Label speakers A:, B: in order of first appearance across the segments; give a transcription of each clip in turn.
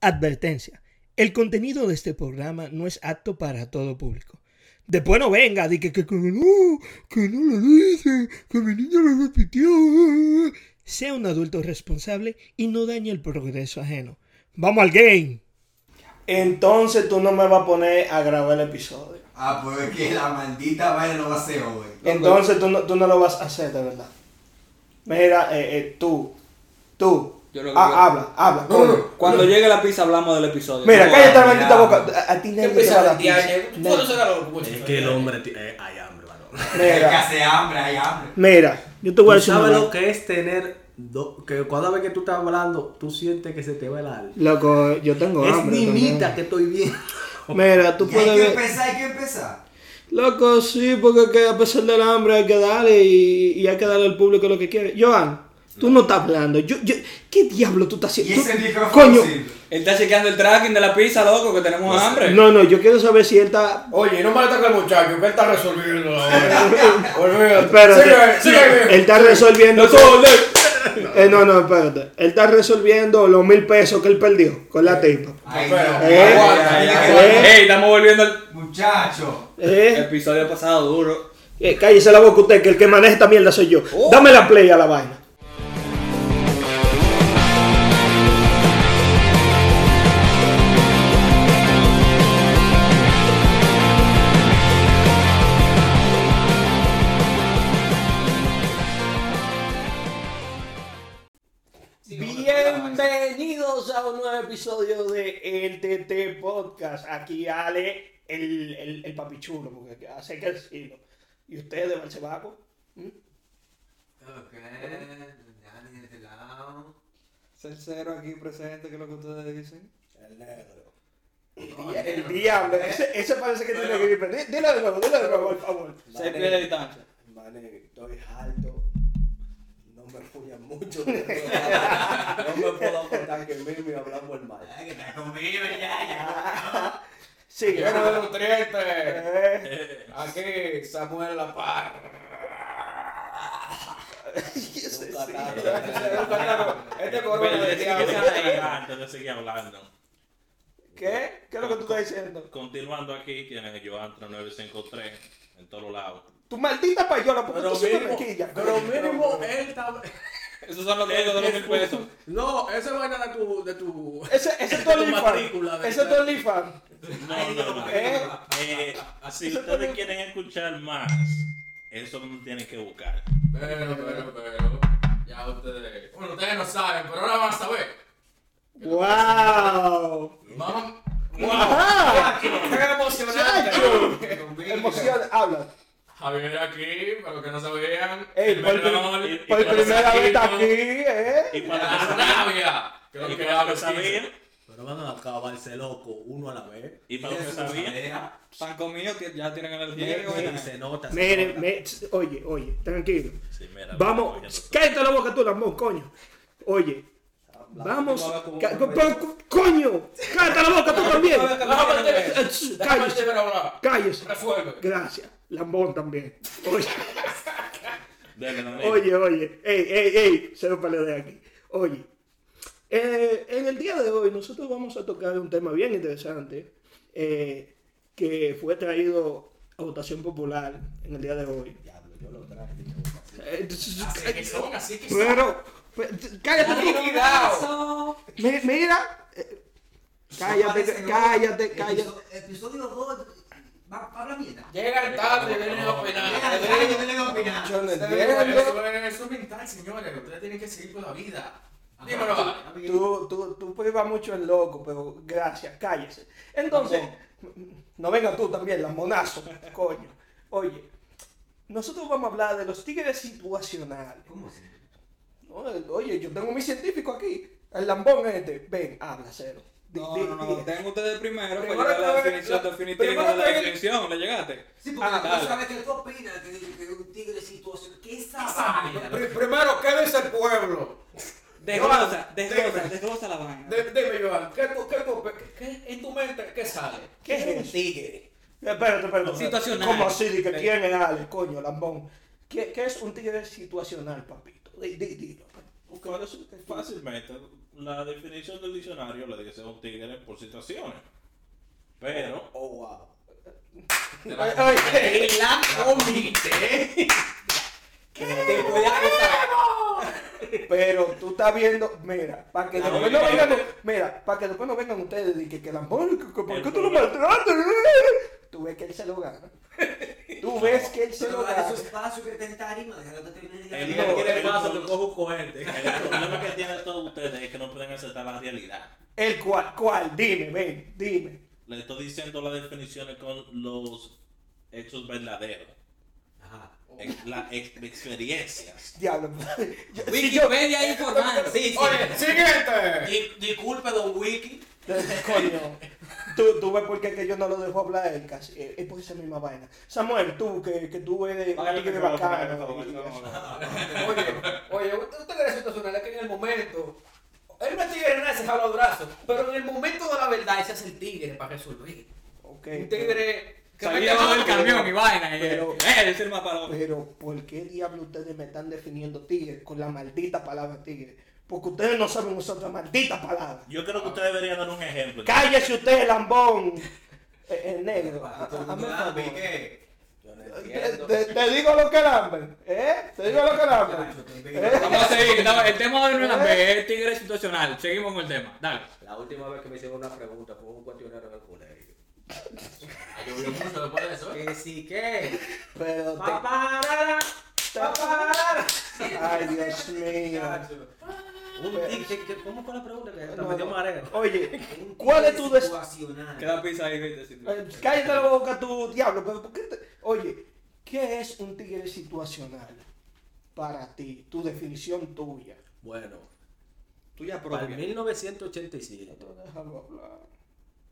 A: Advertencia. El contenido de este programa no es apto para todo público. Después no venga, di que, que, que no, que no lo dije, que mi niño lo repitió. Sea un adulto responsable y no dañe el progreso ajeno. ¡Vamos al game!
B: Entonces tú no me vas a poner a grabar el episodio.
C: Ah, pues es que la maldita vaina lo va a hacer hoy.
B: Eh, Entonces tú no, tú no lo vas a hacer, de verdad. Mira, eh, eh, tú, tú,
D: Yo lo que
B: Ah,
D: quiero-
B: habla, habla, coño.
D: Cuando llegue la pizza hablamos del episodio.
B: Mira,
D: No,
B: cállate la
C: mira.
B: maldita boca. A, a ti nadie te va a dar
D: eh.
B: pizza. Nadie.
E: Es que el hombre ti- eh, hay hambre, mano.
C: Es que
B: Mira,
C: hace hambre, hay hambre.
B: mira, yo te voy a
E: ¿Tú
B: decir una
E: sabes lo
B: vaina.
E: que es tener do- que cada vez que tú estás hablando, tú sientes que se te va el alma.
B: Loco, yo tengo
E: Es
B: hambre.
E: nimita
B: también.
E: que estoy bien.
B: Mira, tú
C: Y hay que
B: puedes ver.
C: empezar, hay que empezar.
B: Loco, sí, porque es que a pesar del hambre hay que darle y, y hay que darle al público lo que quiere. Joan, tú no estás hablando. Yo, yo, ¿Qué diablo tú estás
C: Y
B: haciendo?
C: ese
B: Tú-
C: micrófono
B: Coño.
C: sirve.
D: Él está chequeando el tracking de la pizza, loco, que tenemos hambre.
B: No, no, yo quiero saber si él está.
F: Oye, no maleta con el muchacho, que él está resolviendo la vaina. Olvídate.
B: Espérate.
F: Sigue, sigue.
B: Él está resolviendo.
D: Los órdenes.
B: Eh, no, no, espérate. Él está resolviendo los mil pesos que él perdió con la tipa.
C: Ay,
F: Pero,
C: Dios,
B: eh,
C: aguanta,
D: Ay,
C: tiene
D: ay,
C: que
D: ay.
C: aguantar.
B: eh.
D: Ey, estamos volviendo al
C: Muchacho.
B: ¿Eh?
D: episodio pasado duro.
B: eh, cállese la boca usted, que el que maneja esta mierda soy yo.
D: Oh.
B: Dame la play a la vaina. Bienvenidos a un nuevo episodio de El TT Podcast. Aquí Ale, el, el, el papichulo, porque hace que decirlo. ¿Y ustedes de Barcebaco?
C: Ok, dale, de este lado.
D: Salsero aquí presente, que es lo que ustedes dicen.
B: El diablo, ese, ese parece que tiene gripe. Di- Dilo de nuevo, dilo de nuevo, por favor.
D: Seis pies de distancia.
F: Mané, estoy alto. No me fuñan mucho. no me puedo aportar que Mimi hablamos el mal.
C: Ay, que está conmigo, ya, ya.
B: Sí, Eh.
F: Yo no me nutriente. Aquí, Samuel La Paz.
D: Este
E: Bueno,
D: corona de
E: decía que
D: diablo.
E: se alarga antes de seguir hablando.
B: ¿Qué? ¿Qué es lo que tú estás diciendo?
E: Continuando aquí, tienes Joan 3953 en todos lados.
B: Tu maldita payola, porque tú siempre me quillas.
F: pero mínimo él está.
D: Esos son los dueños de los mil pesos.
F: No, esa vaina de tu. De tu...
B: Ese ese es tu
F: Tu matrícula,
B: OnlyFans.
F: ¿verdad?
B: Ese es tu OnlyFans.
G: No, no, no.
B: ¿Eh?
G: Eh, si ustedes quieren escuchar más, eso no tienen que buscar.
F: Pero, pero, pero. Ya ustedes. Bueno, ustedes no saben, pero ahora van a saber.
B: ¡Wow!
F: Vamos.
B: ¡Ajá!
D: Qué emocionante.
B: ¡Chacho!
C: Conmigo.
B: Emoción, habla.
F: Javier aquí, para los que no sabían.
B: Ey,
F: el
B: por prim-
F: menor,
G: y-
B: Por
G: Pero
B: primera vez está
F: saquito,
B: aquí, ¿eh?
G: Y para
F: La rabia. Que
G: los
F: lo
G: que, y
F: que
G: para los
F: hablo
G: que sabían,
E: Pero van a acabarse loco uno a la vez.
G: y para los que sabían,
D: San Comillo ti- ya tienen energía.
B: Mire,
D: qué
B: mire.
D: buena.
E: Y se nota. se
B: Miren,
E: nota.
B: me- oye, oye, tranquilo.
G: sí, mira,
B: Vamos,
G: mira, mira,
B: cállate la boca tú, Lambón, coño. Oye, vamos.
D: última vez que hubo
B: ca-
D: un
B: pero, co- coño, cállate la boca tú también.
D: última vez que hubo
F: Déjame
D: un
F: terminar.
B: Eh, ch,
F: Déjame
B: Cállese,
F: terminar ahora.
B: cállese.
F: Resuelve.
B: Gracias, Lambón también. Oye,
G: dale, dale.
B: oye, oye, ey, ey, ey, se lo peleo de aquí. Oye, eh, en el día de hoy nosotros vamos a tocar un tema bien interesante eh, que fue traído a votación popular en el día de hoy. Eh,
F: Así que son, así que son.
B: Pero, pero, cállate tú. Mi- Mira, eh, cállate,
C: Parece que-
B: cállate, cállate.
C: Episo- Episodio 2. Va para la mierda.
F: Llegan tarde, vienen a opinar.
C: Llega al baño, viene a opinar.
B: Yo no entiendo.
F: Eso es- eso es mental, señores. Ustedes tienen que seguir con la vida.
C: Ajá.
F: Dímelo, vale.
B: Tú, tú, tú privas mucho el loco, pero gracias, cállese. Entonces, no venga tú también, las monazo, coño. Oye, nosotros vamos a hablar de los tigres situacionales.
C: ¿Cómo así?
B: ¿no? Oye, yo tengo mi científico aquí, el lambón este. Ven, habla, cero. Di-
D: No,
B: di-
D: no, no.
B: di-
D: Tengo ustedes primero para
F: Primero
D: llegar a la
F: que-
D: definición
F: la-
D: definitiva
F: primero
D: de la
F: que-
D: definición. ¿Le llegaste?
C: Sí, porque
D: Ah,
C: tú
D: dale.
C: sabes que tú opinas que, que un tigre situación. ¿Qué es esa
F: Esa
C: vaina?
F: vaina. Pri- Primero, ¿qué dice el pueblo?
D: Desglosa, desglosa,
F: dime.
D: desglosa la vaina.
F: De- Dime, Joan, ¿qué, tú- qué, tú- qué- qué en tu mente qué sale?
B: ¿Qué es eso?
F: tigre?
B: Espérate, espérate. espérate.
D: Situacional.
B: ¿Cómo así? Di que
D: Ven.
B: tiene, Ale, coño, lambón. ¿Qué, qué es un tigre situacional, papito? Di- di- Dilo. Porque ahora es- es fácil.
G: Fácilmente, la definición del diccionario le dice un tigre por situaciones. Pero
B: Oh, wow.
H: Te la-
B: Oye,
C: La comité.
G: ¿eh?
B: te voy a contar. Pero tú estás viendo, mira, para que
G: Ah,
B: después
G: no,
B: no
G: mira.
B: vengan, mira, para que después no vengan ustedes y que, que la mujer, que- que- ¿por
G: El
B: qué tú lo
G: problema.
B: maltratas? Tú ves que él se lo gana. Tú ves que él se
C: Pero
B: lo
C: dale
B: gana.
C: su espacio que está en tarima, déjalo que termine de
D: Él
G: El
C: hablar.
G: no,
D: quiere
G: el
D: paso
G: no.
D: que cojo un cohete.
G: el problema que tienen todos ustedes es que no pueden aceptar la realidad.
B: El cual, cual, dime, ven, dime.
G: Le estoy diciendo las definiciones con los hechos verdaderos.
C: Ajá.
G: ex- Las ex- experiencias.
B: Diablo. Yo- si yo-
C: Wikipedia informando. Sí, sí.
F: Oye, siguiente.
C: Di- Disculpe, don Wiki.
B: Coño. Tú, tú ves por qué que yo no lo dejo hablar a él casi. eh, Es por esa misma vaina. Samuel, tú, que, que tú eres un
H: Págale el
B: tigre
H: micrófono,
B: bacano.
H: por favor,
B: y- y
H: vamos
B: eso.
H: a hablar.
F: Oye, oye, usted usted quiere situacional es que en el momento. Él no es tigre nada, se jala los brazos. Pero en el momento de la verdad, ese es el tigre para resolver.
B: Ok,
F: Un
B: pero-
F: tigre. Que
H: Salí
F: me
H: debajo del
B: camión y
F: vaina.
I: eh.
B: y- Pero- eh,
F: es el más
B: Pero, ¿por qué diablo ustedes me están definiendo tigre con la maldita palabra tigre? Porque ustedes no saben usar otra maldita palabra.
G: Yo creo que usted debería dar un ejemplo.
B: Cállese usted, lambón. Eh, El, negro.
F: Ah,
B: a- a-
F: todo el mundo
B: hazme el
F: sabe
B: favor.
F: que- Yo no
B: Te,
F: entiendo.
B: te- te digo lo que lamben, ¿eh? Te digo lo que lamben. ¿eh?
I: Vamos a seguir. no, el tema de no es tigre situacional. Seguimos con el tema. Dale.
F: La última vez que me hicieron una pregunta fue un cuestionario en el colegio.
I: Ay, Ah, yo vi mucho después de eso.
F: Que sí que.
B: Pero te-
F: Paparara,
B: te-
F: paparara.
B: Ay, Dios mío.
F: Un tigre, que- ¿Cómo fue la pregunta? Que hasta
B: No,
F: me dio
B: no.
F: mareo.
B: Oye,
C: Un
B: ¿Cuál es
C: tigre
B: tu des-
C: situacional?
H: Queda pizza ahí, vete. si tú-
B: eh, cállate la boca tu diablo. Pero ¿por qué te- Oye, ¿qué es un tigre situacional para ti? Tu definición tuya.
F: Bueno,
H: Tuya
F: para
H: propia.
F: el 1987.
B: Pero déjalo hablar.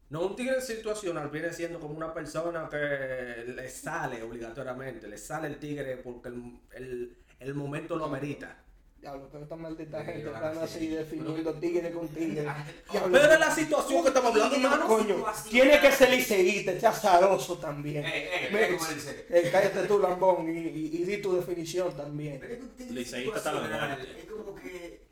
F: No, un tigre situacional viene siendo como una persona que le sale obligatoriamente, le sale el tigre porque el, el- el momento lo amerita.
B: Diablo, pero esta maldita
I: Sí,
B: gente
I: ahora
B: están
I: sí.
B: así definiendo tigre con tigre. Diablo,
F: Pero es la situación que estamos hablando,
C: Tigre,
F: hermano.
B: Coño, tiene que ser liceísta, este azaroso también.
I: eh,
B: Me-
I: eh, como dice.
B: eh, cállate tú, Lambón, y, y- y di tu definición también.
C: Pero
I: Eh,
C: es que un tigre
G: Liceísta está la
C: situacional
G: muerte.
C: Es como que.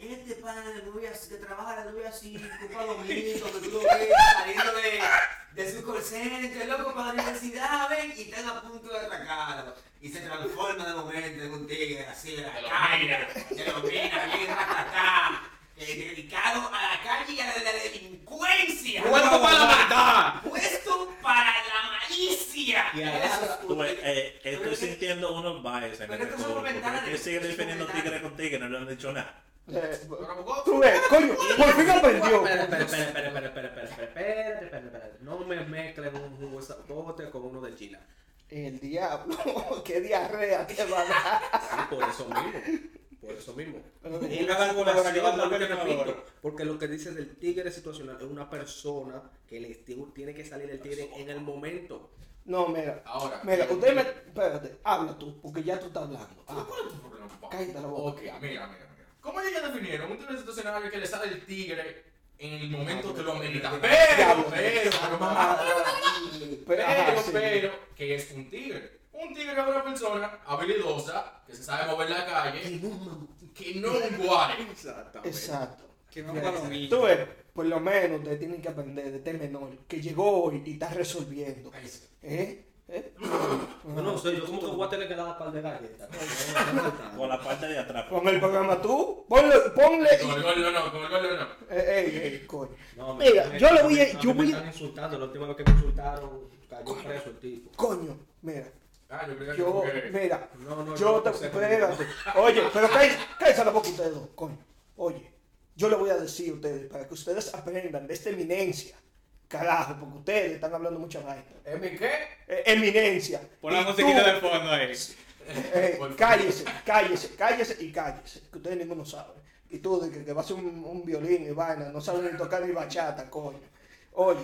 C: Este padre no voy a, que trabaja de 9 a 5, para domingo, que tú lo ves saliendo de, de su call center, loco, para la universidad, ven, y están a punto de atacarlo. Y se transforma de momento en un tigre así de la calle, se lo mira bien ratatá, eh, dedicado a la calle y a la, la delincuencia.
H: ¡Puesto para la maldad!
C: Puesto para la malicia.
F: Y a
C: Eso
F: eso
C: es
G: Tú, eh,
C: un-
G: eh, estoy sintiendo unos bias en
C: Pero
G: el
C: es que son
G: retorno.
C: comentarios,
G: Porque sigue
C: son
G: definiendo
C: comentarios.
G: tigre con tigre, no le han dicho nada.
B: Eh,
I: Pero,
B: tú ves, coño, por fin aprendió.
F: Espera, espera, espera, espera, espera, espera, espera, espera, espera, espera, espera. No me mezclen un jugo de zapote con uno de chila.
B: El diablo, qué diarrea te va a dar.
F: Sí, por eso mismo. Por eso mismo.
B: Pero-
F: Y la
H: calculadora, que va a
F: situación,
H: volver
F: vuelvo y
H: ahora.
F: repito, Porque lo que dice del tigre situacional es una persona que le esti- tiene que salir el tigre en el momento.
B: No, mira,
I: Ahora.
B: mira, usted me. Espérate, habla tú, porque ya tú estás hablando. Ah,
I: ¿Cuál es tu problema, papá?
B: Cállate la boca.
I: Ok, mira, mira, mira. ¿Cómo ellos ya definieron? Un tigre situacional es que le sale el tigre en el momento que lo amerita. Pero,
B: Diablo.
I: pero, pero, mamá.
B: pero,
I: Pero,
B: ajá, sí.
I: pero, que es un tigre. Un tigre es una persona habilidosa, que se sabe mover la calle, que no es un guare.
H: Exactamente.
B: Exacto.
H: Que no para lo mismo.
B: Tú ves, por lo menos ustedes tienen que aprender de este menor que llegó hoy y está resolviendo.
I: Cállese.
B: ¿Eh? ¿Eh?
F: No, no sé, yo como que voy a tener que dar un par de galletas.
G: Por la parte de atrás.
B: Ah. Pon el programa tú, ponle, ponle
I: Con el
B: y...
I: gol no, no, con el gol no, no.
B: Ey, ey, ey, coño.
F: No,
B: Mira,
F: me-
B: yo le
F: me-
B: voy a-
F: me-
B: yo
F: me
B: voy a-
F: están insultando, la última vez que me insultaron, cayó preso el tipo.
B: Coño, mira,
I: Ah, yo creo que
B: yo,
I: fue que-
B: mira,
F: No, no,
B: yo
F: yo
B: te...
F: no sé cómo-
B: Espérate. Oye, pero cállese, cállese la boca ustedes dos, coño. Oye, yo le voy a decir a ustedes, para que ustedes aprendan de esta eminencia. Carajo, porque ustedes están hablando mucha vaina.
I: ¿Es mi qué?
B: Eh, eminencia.
H: Pon la
B: Y tú,
H: musiquita de fondo ahí.
B: Eh, cállese, cállese, cállese y cállese, que ustedes ninguno saben. Y tú, de que, que va a ser un, un violín y vaina, no saben ni tocar ni bachata, coño. Oye,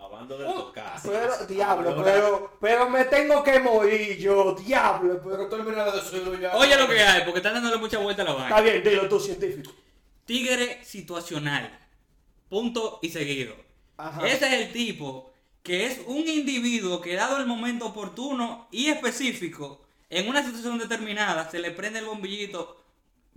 G: Hablando de tocar.
B: pero, diablo, pero, pero me tengo que morir yo, diablo, pero...
I: Pero termina de decirlo ya. Oye, Oye, lo no. que. que- Oye, Oye, lo lo que que hay, hay,
D: porque están dándole mucha vuelta a la
B: Está bien, dilo tú, científico.
I: Tigre situacional.
D: Punto y seguido.
B: Ajá.
D: Ese es el tipo que es un individuo que dado el momento oportuno y específico, en una situación determinada, se le prende el bombillito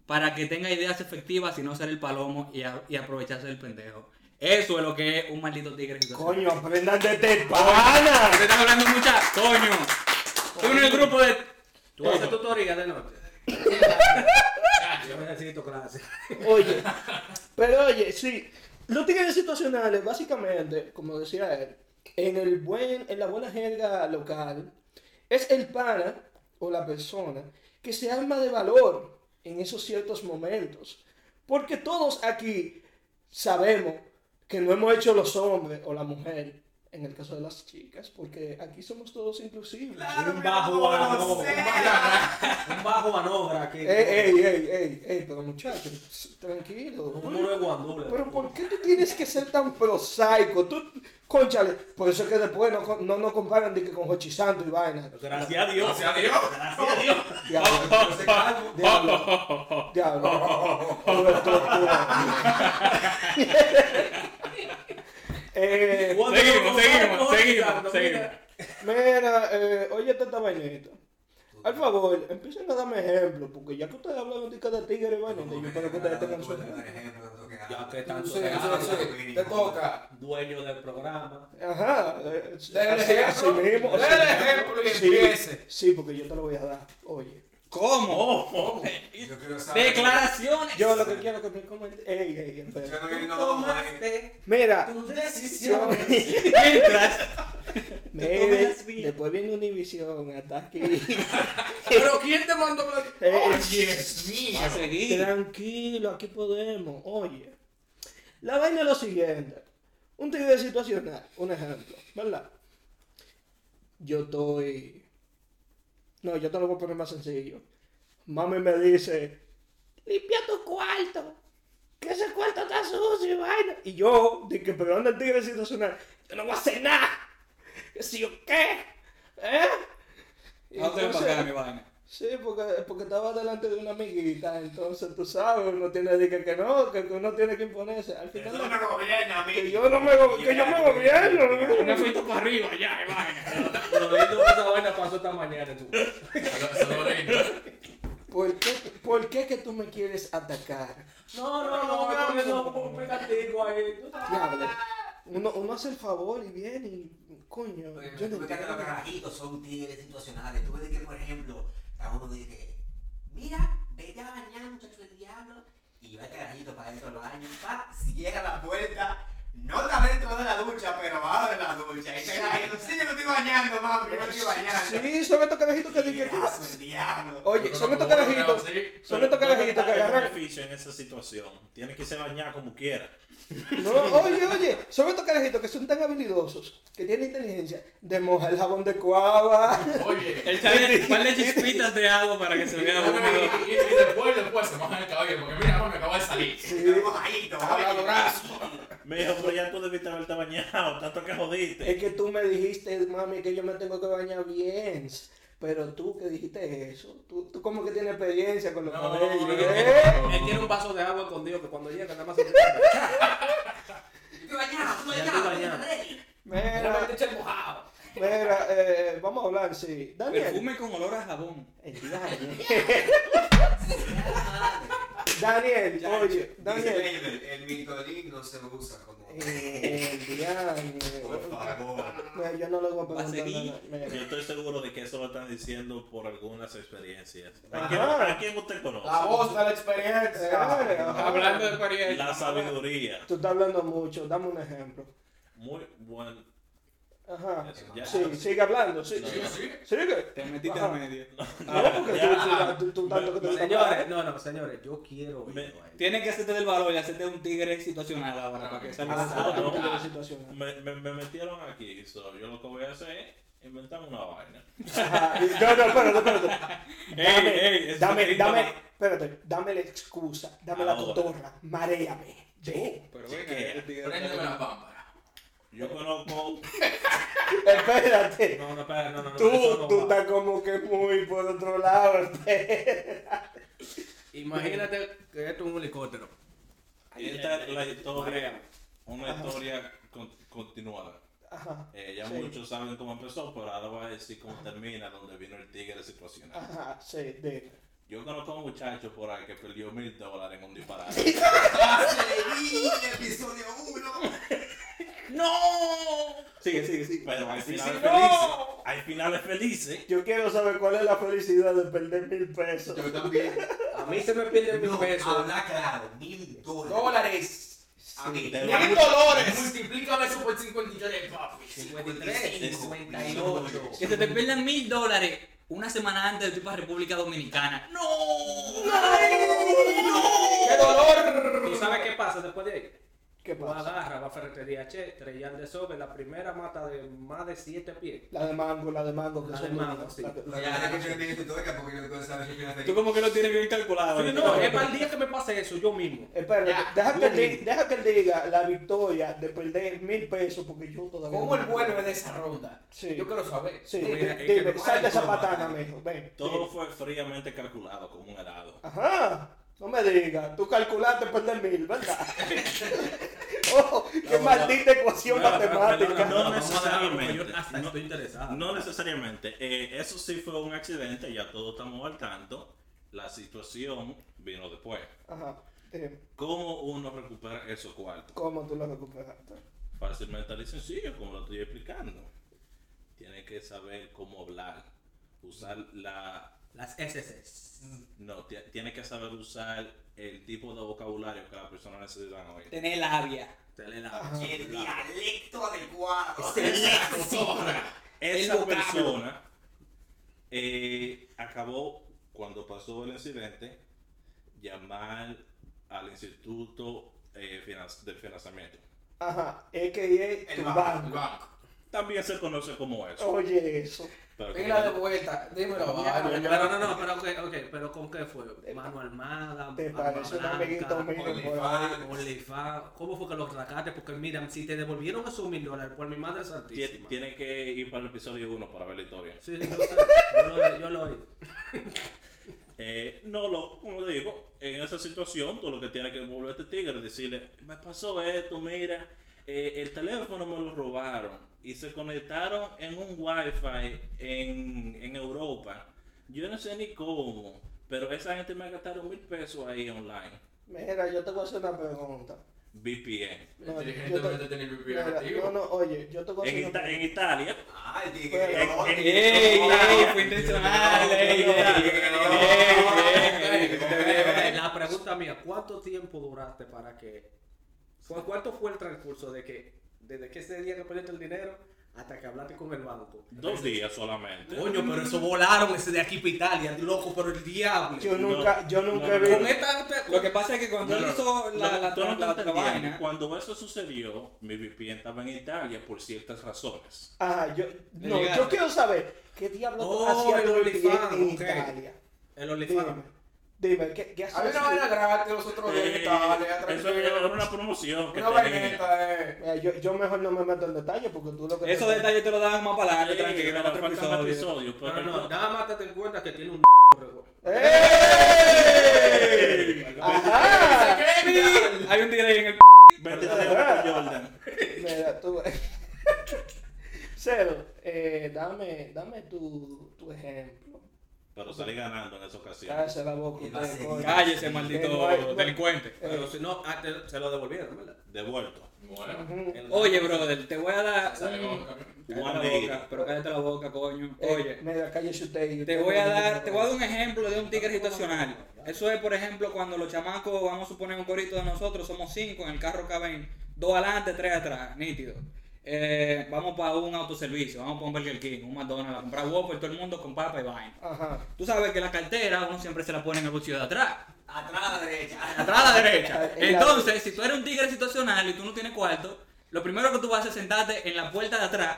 D: para que tenga ideas efectivas y no ser el palomo y, a- y aprovecharse del pendejo. Eso es lo que es un maldito tigre.
J: Coño, aprendan de este pana.
D: Te están hablando mucha, coño. Estoy en el grupo de.
F: Tú haces tutoría de noche. Yo necesito clase.
B: Oye, pero oye, sí, los tigres situacionales, básicamente, como decía él, en el buen, en la buena jerga local, es el pana o la persona que se arma de valor en esos ciertos momentos. Porque todos aquí sabemos que no hemos hecho los hombres o la mujer, en el caso de las chicas, porque aquí somos todos inclusivos.
F: Un bajo a nobra. Un bajo a nobra aquí.
B: Ey, ey, ey, ey, ey, pero muchachos, tranquilo.
F: Un muro de guandula.
B: Pero ¿por qué tú tienes que ser tan prosaico? Tú, conchale, por eso es que después no, co- no nos comparan de que con Hochi Santo y vaina.
F: Gracias a Dios.
I: Gracias a Dios.
F: Gracias a Dios.
B: Diablo, diablo, diablo. Tú- tú- tú- Eh,
G: Seguimos, seguimos,
F: Mira,
G: seguimos, seguimos.
B: mira, eh, oye esta vainita. Al favor, empiecen a darme ejemplos, porque ya que ustedes hablaron de que de tigre y vaina, yo espero que ustedes tengan su ejemplo.
F: Ya que
K: Tú
F: tanto
K: sí,
F: te
K: sí,
F: hablas,
K: sí. Te toca.
F: dueño del programa.
B: Ajá, eh,
K: Dale
B: así,
K: ejemplo,
B: así mismo.
K: dale
B: así
K: ejemplo
B: mismo.
K: y
B: sí,
K: empiece.
B: Sí, porque yo te lo voy a dar. Oye,
D: ¿Cómo?
I: Yo quiero
D: Declaraciones.
B: yo lo que quiero que me comente. Ey, ey, espera.
I: Yo no quiero
F: Tomaste
B: Mira,
F: tus decisiones.
D: Mientras.
B: mire, después viene Univision, ataque.
F: Pero ¿quién te mandó?
B: Ey,
I: Dios mío.
D: Va a seguir.
B: Tranquilo, aquí podemos. Oye, la vaina es lo siguiente. Un tigre situacional, un ejemplo, ¿verdad? Yo estoy... No, yo te lo voy a poner más sencillo. Mami me dice, limpia tu cuarto, que ese cuarto está sucio y vaina. Y yo, de que pero anda el tigre situacional, yo no voy a hacer nada. Que si yo qué, ¿eh? Y
D: No te
B: entonces-
D: pagar mi vaina.
B: Sí, porque, porque estaba delante de una amiguita, entonces tú sabes, uno tiene que decir que no, que que uno tiene que imponerse. Al
I: Tú
B: final,
I: no me gobiernas a mí.
B: que yo no me, go- que yo me gobierno. ¿no?
D: fuiste para arriba ya, vaina.
F: Lo lindo que esa vaina pasó esta mañana. tú.
B: ¿Por qué, ¿Por qué que tú me quieres atacar?
F: No, no, no, no, no, no, como un pegatico ahí. tú sabes.
B: Diablo. Uno, uno hace el favor y viene y, coño, yo no
L: Porque los
B: entiendo.
L: carajitos son tigres situacionales. Tú ves que, por ejemplo, a uno dice, mira, vete a bañar, muchacho del diablo. Y va el carajito para dentro del baño, pa, cierra la puerta. No está dentro de la ducha, pero va de la ducha. Y este carajito, sí, yo me estoy bañando, mami, yo me estoy bañando.
B: Sí, son estos carajitos que dicen que...
L: Pedazo del diablo.
B: Oye, son estos carajitos, son estos carajitos que agarran...
G: beneficio en esa situación. Tiene que ser bañado como quiera.
B: No, oye, oye, son estos carajitos que son tan habilidosos, que tienen inteligencia, de mojar el jabón de cuava.
I: Oye.
D: Echarle un par de chispitas de agua para que se vea bonito.
I: Y, y- y después, después se mojan el cabello, porque mira, mamá, me acabo de salir.
L: Estoy mojadito,
I: Habla
L: oye.
I: brazo.
G: Me dijo, pero ya tú debiste haberte bañado, tanto que jodiste.
B: Es que tú me dijiste, mami, que yo me tengo que bañar bien. Pero tú que dijiste eso, tú, tú como que tienes experiencia con los
I: No,
B: cabellos.
I: no, no,
B: ¿eh?
I: no, no.
F: Él tiene un vaso de agua escondido que cuando llega nada más se
L: Yo estoy bañado, tú bañado,
F: Ya estoy
L: tú
F: bañado.
L: ready.
B: Mira,
F: echa el mojado.
B: mira, eh, vamos a hablar, sí. Daniel.
D: Perfume con olor a jabón.
B: El Daniel. Daniel, oye, Daniel.
L: Dice Mabel, el Victorín no se usa como...
B: Eh, El Daniel.
L: Por favor.
B: Mira, yo no lo voy
D: Va
B: a
D: a
B: preguntar
D: seguir.
B: nada. Mira.
G: Yo estoy seguro de que eso lo están diciendo por algunas experiencias.
B: Ajá. Ah,
G: ¿A quién, a quién usted
K: La
G: conoce?
K: voz de la
B: Eh,
K: experiencia.
B: ajá.
F: Ah, Hablando de experiencia.
G: La sabiduría.
B: Tú estás hablando mucho, dame un ejemplo.
G: Muy buen.
B: Ajá.
G: eso, ya.
B: Sí, sigue hablando, sí.
G: No,
I: Sí,
G: no.
I: sí.
B: Sigue.
D: Te metiste
B: Ajá.
D: en medio.
B: No, porque tú- tú, tú- tú tanto que te
F: Señores, no, no, señores, yo quiero eh.
G: Me-
F: oírlo a él.
D: Tienes que hacerte del valor y hacerte un tigre situacional ahora para que salgas.
B: Ah,
G: no,
B: no,
G: no.
B: la situación.
G: Me, me- me metieron aquí, so, yo lo que voy a hacer es inventarme una vaina.
B: Ajá. No, no, espérate, espérate. Dame,
G: Ey, ey, es
B: dame,
G: distinto,
B: dame,
G: ¿no?
B: espérate, dame la excusa, dame la
G: Ahora.
B: cotorra, mareame.
D: Pero venga,
G: que-
D: el tigre.
I: Préndeme la pámpara.
G: Yo conozco.
B: Espérate,
F: No, no, espera, no, no, no.
B: tú,
F: eso no
B: tú
F: va.
B: estás como que muy por otro lado. espérate.
F: Imagínate que esto es un helicóptero.
G: Esta es la historia.
F: María.
G: Una historia con- continuada.
B: Ajá,
G: Eh, ya
B: Sí.
G: muchos saben cómo empezó, pero ahora voy a decir cómo termina, donde vino el tigre situacional.
B: ajá, sí, dime.
G: Yo conozco a un muchacho por ahí que perdió mil dólares en un disparate.
C: Ah, episodio 1.
G: ¡No! Sigue, sigue, sigue. Pero hay
B: Sí, sí,
G: finales
B: no.
G: felices. Hay finales felices.
B: Yo quiero saber cuál es la felicidad de perder mil pesos.
I: Yo también.
F: A mí se me pierden mil
C: No, ah,
F: pesos.
C: habla claro, mil dólares.
I: Dólares. A mí,
G: te
I: mil
G: va-
I: dólares. Multiplícame eso por 53, papi.
D: 53,
C: 58.
D: Que se te pierdan mil dólares una semana antes de tu para República Dominicana. ¡No!
I: ¡Qué dolor!
F: ¿Tú sabes qué pasa después de ahí?
B: ¿Qué
F: Tú
B: pasa?
F: agarras, va a ferretería, che, trellar de sobre, la primera mata de más de 7 pies.
B: La de mango, la de mango. que
F: La
B: son
F: de mango,
B: duras.
F: sí.
B: La de- la
C: No,
B: de
C: ya, ya
B: mango.
C: que yo le pido tutorial porque yo no puedo saber si yo la
D: Tú
C: tengo.
D: como que lo tienes bien calculado.
F: Sí, no, es para el día que me pase eso, yo mismo.
B: Espérate,
I: Ya,
B: deja, que él
I: Google.
B: di- deja que él diga la victoria de perder mil pesos porque yo todavía.
I: ¿Cómo
B: no-
I: él vuelve de esa ronda?
B: Sí.
I: Yo quiero saber.
B: Sí,
I: Mira,
B: di-
I: es que me
B: dime,
I: pone
B: sal de esa
I: como-
B: patana, mijo. Ven.
G: Todo
B: sí.
G: fue fríamente calculado como un helado.
B: Ajá. No me digas, tú calculaste perder mil, ¿verdad? oh, qué
G: No,
B: maldita ecuación
F: No, no,
B: matemática.
F: perdona,
G: No
F: vamos a dejarlo, porque yo
G: necesariamente.
F: Hasta
G: No-
F: estoy interesado.
G: No necesariamente. Eh, eso sí fue un accidente, ya todos estamos al tanto. La situación vino después.
B: Ajá. dime,
G: ¿Cómo uno recupera esos cuartos?
B: ¿Cómo tú lo recuperaste?
G: Fácilmente y sencillo, como lo estoy explicando. Tiene que saber cómo hablar. Usar la.
F: Las SSs.
G: No, ti- tiene que saber usar el tipo de vocabulario que la persona necesita hoy.
D: Tener labia.
F: Dale la.
C: Y El dialecto adecuado.
G: Esa
D: El vocablo.
G: persona eh, acabó, cuando pasó el incidente, llamar al Instituto eh, Finan- del Financiamiento.
B: Ajá. EKE,
C: El
B: tu
C: banco,
I: El
B: banco.
I: banco.
G: También se conoce como eso.
D: Oh,
B: Oye, eso.
G: Pero como
I: Pila de vuelta. Dímelo,
F: Pero
I: vale.
F: no, no, pero ok, ok, pero ¿con qué fue? Mano armada,
B: Te
F: arma
B: parece un
F: blanca,
B: amiguito mío. pues? por ahí.
C: OnlyFans.
F: OnlyFans. ¿Cómo fue que los sacaste? Porque mira, si te devolvieron esos mil dólares, por mi madre
G: tie-
F: santísima.
G: tiene que ir para el episodio 1 para ver la historia.
F: Sí, sí, yo sé. Yo lo, yo lo oí.
G: Eh, no, lo, como te digo, en esa situación, tú lo que tienes que volver a este tigre es decirle, me pasó esto, mira, eh, el teléfono me lo robaron y se conectaron en un wifi en, en Europa. Yo no sé ni cómo, pero esa gente me gastaron mil pesos ahí online.
B: Mira, yo te voy a hacer una pregunta.
G: VPN.
B: No, yo te-
I: Inteligentemente tener mi
B: Mira, no, no, oye, yo te voy a
G: En,
B: hacer una
G: Ita- en Italia,
C: Ah, el
B: Pero-
C: tigre.
G: en-
D: ¡Ey, ey! Fue intencional, ey, ey, ey, ey, ey,
G: ¿eh?
D: ey.
F: La pregunta mía, ¿cuánto tiempo duraste para que... fue- ¿Cuánto fue el transcurso de que desde que ese día que perdiste el dinero hasta que hablaste con el banco?
G: dos días solamente.
D: Coño, pero eso volaron ese de aquí para Italia, loco, pero el diablo.
B: Yo
G: No,
B: nunca, yo
G: no,
B: nunca
G: no,
B: vi.
G: no.
D: Con esta, lo que pasa es que cuando
G: No, no,
D: él hizo
G: no,
D: la,
G: no,
D: la,
G: tú no
D: la- la
G: estás
D: otra
G: entendiendo.
D: vaina,
G: Cuando eso sucedió, mi VPN estaba en Italia por ciertas razones.
B: Ajá, yo,
D: Le
B: no,
D: llegaste.
B: yo quiero saber qué diablo
F: Oh,
B: hacía
F: el
B: tu
F: OnlyFans,
B: en
F: ok.
B: Italia.
F: El
B: Dime,
F: OnlyFans.
B: dime, ¿qué, qué hacías
I: Había una
B: tú?
I: vaina gratis los otros días en
G: Eh,
I: Italia.
G: eso era
I: tranquilo.
G: una promoción que
I: Una
G: tenía.
I: vaineta, eh.
B: Mira, yo, yo mejor no me meto en detalle porque tú lo que.
D: esos detalles te los daban más para adelante,
G: Eh,
D: tranquilo, en
G: pero
D: otro
G: faltan más
D: episodio.
G: episodios, pero
F: No, no,
G: recuerda-
F: nada más te en cuenta que tiene un...
B: ¡Ey! ¡Eh! ¡Ajá!
I: ¡Criminal!
D: Hay un delay en el
G: Vete de ahora con Jordan.
B: Mira, tú. Cero, eh, dame, dame tu, tu ejemplo.
G: Pero salí ganando en esa ocasión.
B: Cállese la boca,
C: Y va a
B: usted,
C: seguir.
B: coño.
D: Cállese,
B: Eh, no hay- no-
D: maldito delincuente.
F: Pero si no, ah, te- se lo devolvieron, ¿verdad?
G: Devuelto.
I: Bueno,
B: Ujú.
F: El-
D: Oye, brother, te voy a dar.
I: sale
D: un-
I: con camino.
D: Cállate la
G: One
D: boca, pero cállate la boca, coño.
B: Eh,
D: Oye,
B: Mira, cállese usted. y
D: te
B: usted
D: voy
B: no
D: a
B: me
D: dar,
B: diga
D: te voy a dar un ejemplo de un tigre situacional. Eso es, por ejemplo, cuando los chamacos, vamos a suponer un corito de nosotros, somos cinco, en el carro caben dos adelante, tres atrás, nítido. Eh, vamos para un autoservicio, vamos para un Burger King, un McDonald's, a comprar Whopper, todo el mundo con papa y vaina.
B: Ajá.
D: Tú sabes que la cartera uno siempre se la pone en el bolsillo de atrás.
C: Atrás a la derecha.
D: atrás a la derecha.
B: En la-
D: Entonces, si tú eres un tigre situacional y tú no tienes cuarto, lo primero que tú vas a hacer es sentarte en la puerta de atrás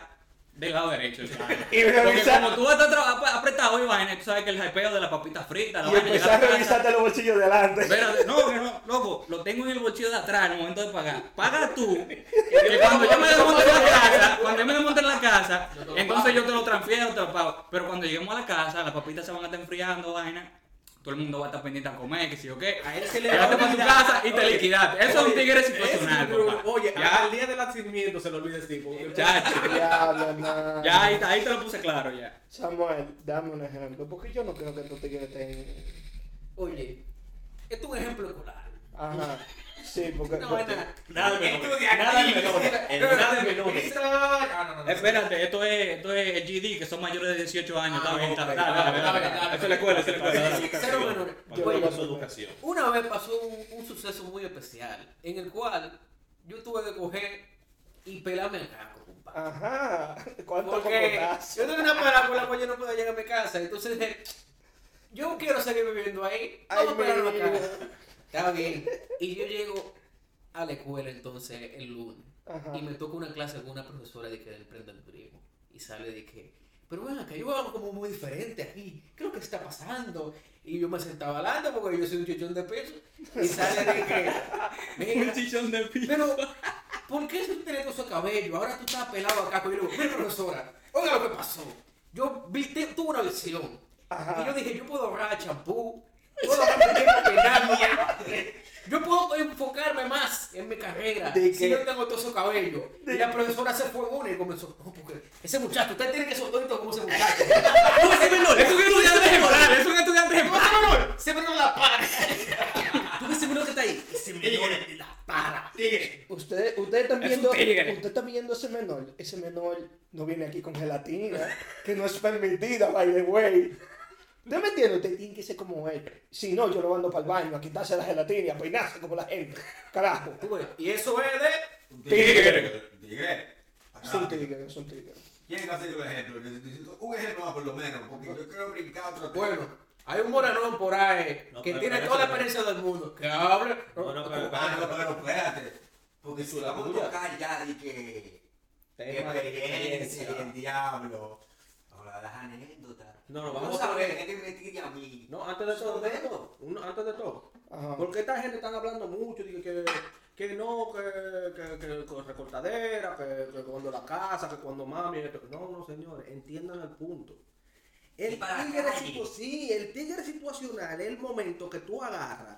D: del lado derecho. hermano.
B: Y
D: Porque
B: revisar-
D: como tú vas a estar tra- ap- apretado y vaina, tú sabes que el hypeo de la papita frita, la
B: Y
D: vaina
B: empezar a
D: llegar a la casa.
B: revisarte los bolsillos de adelante.
D: Espérate, no, que no, loco, lo tengo en el bolsillo de atrás en el momento de pagar. Paga tú, que cuando yo me desmonte en la casa, cuando yo me desmonte en la casa, entonces yo te lo transfiero, te lo pago. Pero cuando lleguemos a la casa, las papitas se van a estar enfriando, vaina. Todo el mundo va a estar pendiente a comer, que si yo qué.
F: A él se le
D: Llegaste
F: va a
D: para tu
F: olvidar.
D: casa y te
F: Oye,
D: liquidaste. Eso es un
F: oye,
D: tigre
F: ese
D: situacional,
F: es un
D: papá.
F: problema. Oye,
D: Ya.
F: hasta el día del nacimiento se lo olvida el tipo.
D: Chacho.
B: Diablo, no.
D: Ya ahí, ahí te lo puse claro ya.
B: Samuel, dame un ejemplo. Porque yo no creo que tú te quedes en.
D: Oye, esto es un ejemplo escolar.
B: Ajá. Sí, porque.
D: No,
B: porque-
D: nada.
G: Nada de menores.
D: Estudia
G: Nada de
D: aquí.
G: menores. Eh, Nada de menores.
I: Ah, no, no, no.
D: Espérate, esto es, esto es GD, que son mayores de 18 años. Está bien, está bien.
G: Dale, dale, dale,
D: Eso
G: dale.
D: es la escuela, eso es la escuela. dale.
G: Educación.
D: Cero menores.
G: Para
D: Oye,
G: toda su educación.
D: Una vez pasó un, un suceso muy especial, en el cual yo tuve que coger y pelarme el caco, compadre.
B: Ajá. ¿Cuánto
D: Porque
B: cocotazo?
D: yo tengo una parada por la cual yo no puedo llegar a mi casa. Entonces dije, yo quiero seguir viviendo ahí. Vamos a
B: Ay,
D: pelarnos
B: mi
D: acá.
B: vida.
D: Está bien. Y yo llego a la escuela entonces el lunes.
B: Ajá.
D: Y me toca una clase con una profesora de que del emprendedurismo. Y sale de que, pero bueno, acá yo hago como muy diferente aquí. ¿Qué es lo que está pasando? Y yo me sentaba hablando porque yo soy un chichón de peso. Y sale de que, mira,
G: chichón de pi.
D: pero, ¿por qué tú tenés todo ese cabello? Ahora tú estás pelado acá. Y yo le digo, mira, profesora, oiga lo que pasó. Yo vi, te- tuve una visión. Y yo dije, yo puedo ahorrar champú, puedo ahorrar tiempo que nadie. Yo puedo enfocarme más en mi carrera
B: ¿De
D: si
B: qué?
D: yo tengo todo ese cabello. Y la profesora se fue una y comenzó, no, porque ese muchacho, usted tiene que ser autorito como ese muchacho. ¡No, ese menor! ¡Es un estudiante ejemplar! ¡Es un estudiante ejemplar! ¡No, no, no! ¡Se me la para! ¿Tú ves ese menor que está ahí? ¡Ese menor la para!
B: Ustedes ustedes están
D: Es un
B: viendo,
D: tigre.
B: usted está viendo ese menor. Ese menor no viene aquí con gelatina, que no es permitida, by the way. ¿Usted me entiende? Usted tiene que ser como él. Si no, yo lo mando para el baño a quitarse la gelatina y a peinarse como la gente. Carajo.
D: Tú ves, Y eso es de...
B: Tigre.
C: Tigre.
B: Es un tigre, es un tigre.
C: ¿Quién va a ser un ejemplo? Necesito un ejemplo más por lo menos, porque yo quiero brincar a otro tema.
D: Bueno, hay un moranón por ahí
G: No,
D: que
G: pero
D: tiene
G: espérate,
D: toda la
G: espérate.
D: experiencia del mundo. Que habla.
G: No, no, pero-
C: Ah, no, pero espérate. Porque si vamos a
G: tuya.
C: tocar ya de que
F: Tema de
C: experiencia y
F: experiencia.
C: el diablo. Ahora las anécdotas.
F: No, no, vamos
C: a
F: a
C: ver,
F: ver.
C: gente que me tira a mí.
F: No, antes de todo,
C: Sobre
F: uno- antes de todo.
B: Ajá.
F: Porque esta gente están hablando mucho, de que, que no, que, que, que con recortadera, que, que cuando la casa, que cuando mami, esto. No, no, señores, entiendan el punto.
C: Y
F: El
C: para
F: tigre,
C: la calle.
F: situ- sí, el tigre situacional es el momento que tú agarras.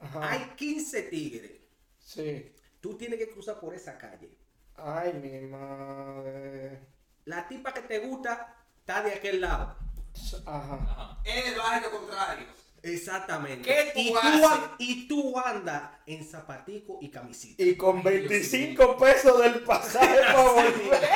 B: Ajá.
F: Hay 15 tigres.
B: Sí.
F: Tú tienes que cruzar por esa calle.
B: Ay, mi madre.
F: La tipa que te gusta está de aquel lado.
B: Ajá.
C: En el barrio contrario.
F: Exactamente.
D: ¿Qué tú
F: y, tú
D: haces?
F: an- y tú andas en zapatico y camisita.
B: Y con 25 pesos del pasaje para volver.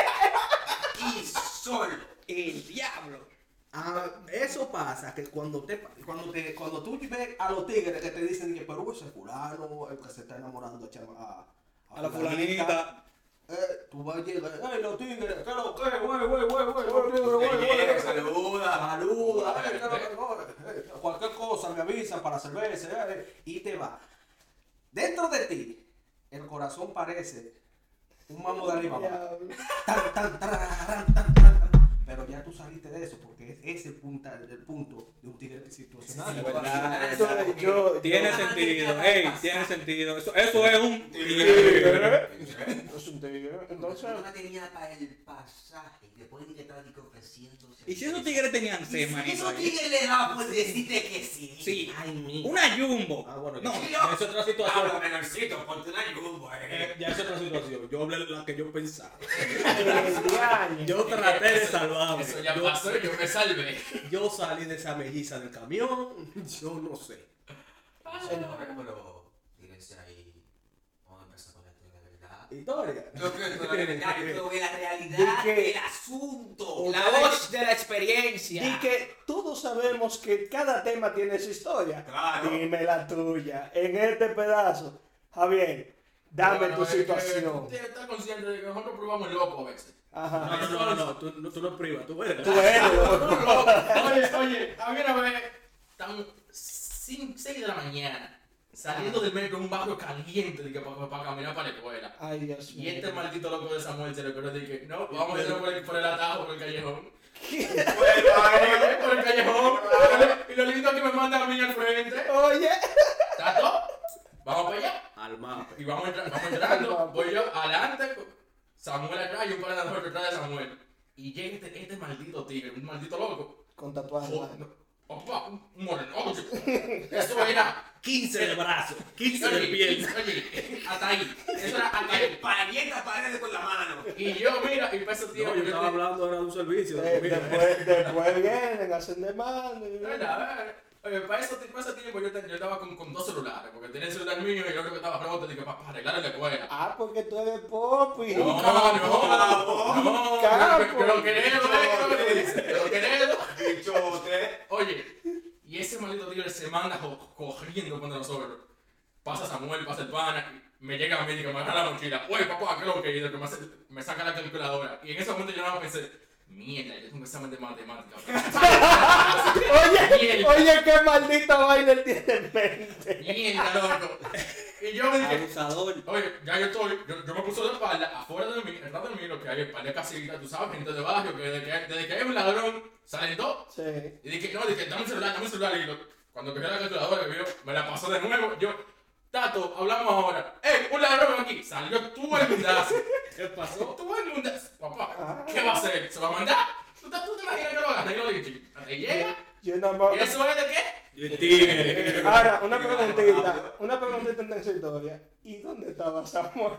C: Y solo.
D: El diablo.
F: Ah, eso pasa que cuando te, cuando te, cuando tú ves a los tigres que te dicen que pero ese fulano, el que se está enamorando a, chama- a, a eh, tú vas a llegar, "Ey, los tigres, ¿qué lo que, güey, güey, güey, güey, los tigres, güey,
C: Te
F: güey,
C: llega,
F: güey".
C: saluda,
F: Saluda,
C: saluda.
F: "Ey, ¿qué lo que, güey? Ey, eh, cualquier cosa me avisa para cerveza, eh, y te va. Dentro de ti, el corazón parece un mamo de Alibaba. Tan, tan, tarararán, tan, tan, tan. Pero ya tú saliste de eso, porque es ese punta, el punto de un tigre situacional.
C: Sí, ¿verdad?
B: Eso yo, yo-
M: Tiene sentido, ey, tiene
D: sentido. Eso, es un.
B: ¿eh? Es un tigre.
I: ¿eh?
B: Entonces,
C: Entonces, no tenía para el pasaje. Después de que estaba digo, ofreciendo.
D: ¿Y si esos tigres tenían
C: Y
D: C,
C: si
D: manito?
C: eso
D: ahí?
C: tigre le da por decirte que sí.
D: Sí.
F: Ay, mi.
D: Una jumbo.
F: Ah, bueno,
D: No.
F: ya, ya es otra situación.
C: Habla, menorcito, ponte una yumbo, eh.
F: Eh, ya es otra situación. Yo hablé la que yo pensaba.
B: el diaño.
F: Yo traté de salvarme.
I: Eso Ah, pues, ya
F: yo,
I: pasó, yo me salvé.
F: yo salí de esa melliza del camión. Yo no sé.
C: No, pero tírense ahí. Vamos a empezar con esto de verdad.
F: Historia.
C: Yo creo que la verdad, yo creo que la realidad,
B: ¿De qué?
C: el asunto.
B: La
D: La voz de la experiencia.
B: Y que todos sabemos que cada tema tiene su historia.
C: Claro.
B: Dime la tuya. En este pedazo, Javier, dame
I: Bueno, eh,
B: tu
I: es que
B: situación.
I: Usted está consciente de que nosotros probamos loco a veces.
B: Ajá.
F: No, no, no, no, tú no, tú no privas, tú eres.
B: Tú eres loco.
I: oye, oye, a mí una vez, estamos 6 de la mañana, saliendo del metro en un barrio caliente de que para caminar para la escuela.
B: Ay, Dios mío.
I: Y este maldito loco de Samuel se le ocurrió de que no, pues, vamos a irnos por el, por el atajo, por el callejón. Bueno, por el callejón. Y lo lindo que me manda a mí al frente.
B: Oye.
I: ¿Tato? Vamos para allá.
F: Al mapa.
I: Y vamos, entra- vamos entrando, voy yo adelante, Samuel atrás y un par de nosotros atrás de Samuel. Y llega este, este maldito tigre, un maldito loco.
B: Con tatuaje.
I: Jo- Opa, un un morenote. Eso era.
F: 15 de brazo, 15 de
I: Oye,
F: pierna.
I: oye, hasta ahí. Eso era hasta
C: El
I: ahí.
C: parienta paredes con la mano.
I: Y yo, mira, y pasa el tío.
F: No, yo estaba hablando ahora de un servicio.
B: Eh, después, después vienen, hacen demanda. y-
I: Mira, a ver. Oye, para, eso, para ese tiempo yo, te- yo estaba con, con dos celulares, porque tenía el celular mío y yo creo que estaba roto, dije, para, para arreglar en la escuela.
B: Ah, porque tú eres popi.
I: No, no, no, no,
B: Capo.
I: que lo querés, lo querés, que lo querés. Oye, y ese maldito tigre se manda jo- corriendo contra nosotros. Pasa Samuel, pasa el pana, me llega a mí y me agarra la mochila. Oye, papá, ¿qué es lo que hizo? Que me, hace- me saca la calculadora. Y en ese momento yo nada más pensé, mierda, yo tengo un examen de matemática.
B: Oye,
I: Mierda.
B: oye, qué maldito baile tiene en mente.
I: Mierda, loco. Y yo dije,
D: Abusador.
I: Oye, ya yo estoy, yo, yo me puse de espalda, afuera de mí, detrás de mí, lo que hay, espalda de casita, tú sabes, gente de barrio, que desde que, desde que hay un ladrón, salen dos.
B: Sí.
I: Y dije, no, dije, dame un celular, dame un celular. Y lo- cuando cogió la calculadora, me, vio, me la pasó de nuevo. Yo, Tato, hablamos ahora. ¡Ey, un ladrón aquí! Salió tú el mundazo. ¿Qué pasó? Ah. Tú el mundazo. Papá, ¿qué va a hacer? ¿Se va a mandar? ¿Tú, te- tú te imaginas que lo agarra? Y lo dije, ¿te llega?
B: Yo nada más-
I: ¿Y eso es de qué?
D: tigre.
B: Ahora, una preguntita. Una preguntita transitoria. ¿Y dónde estaba Samuel?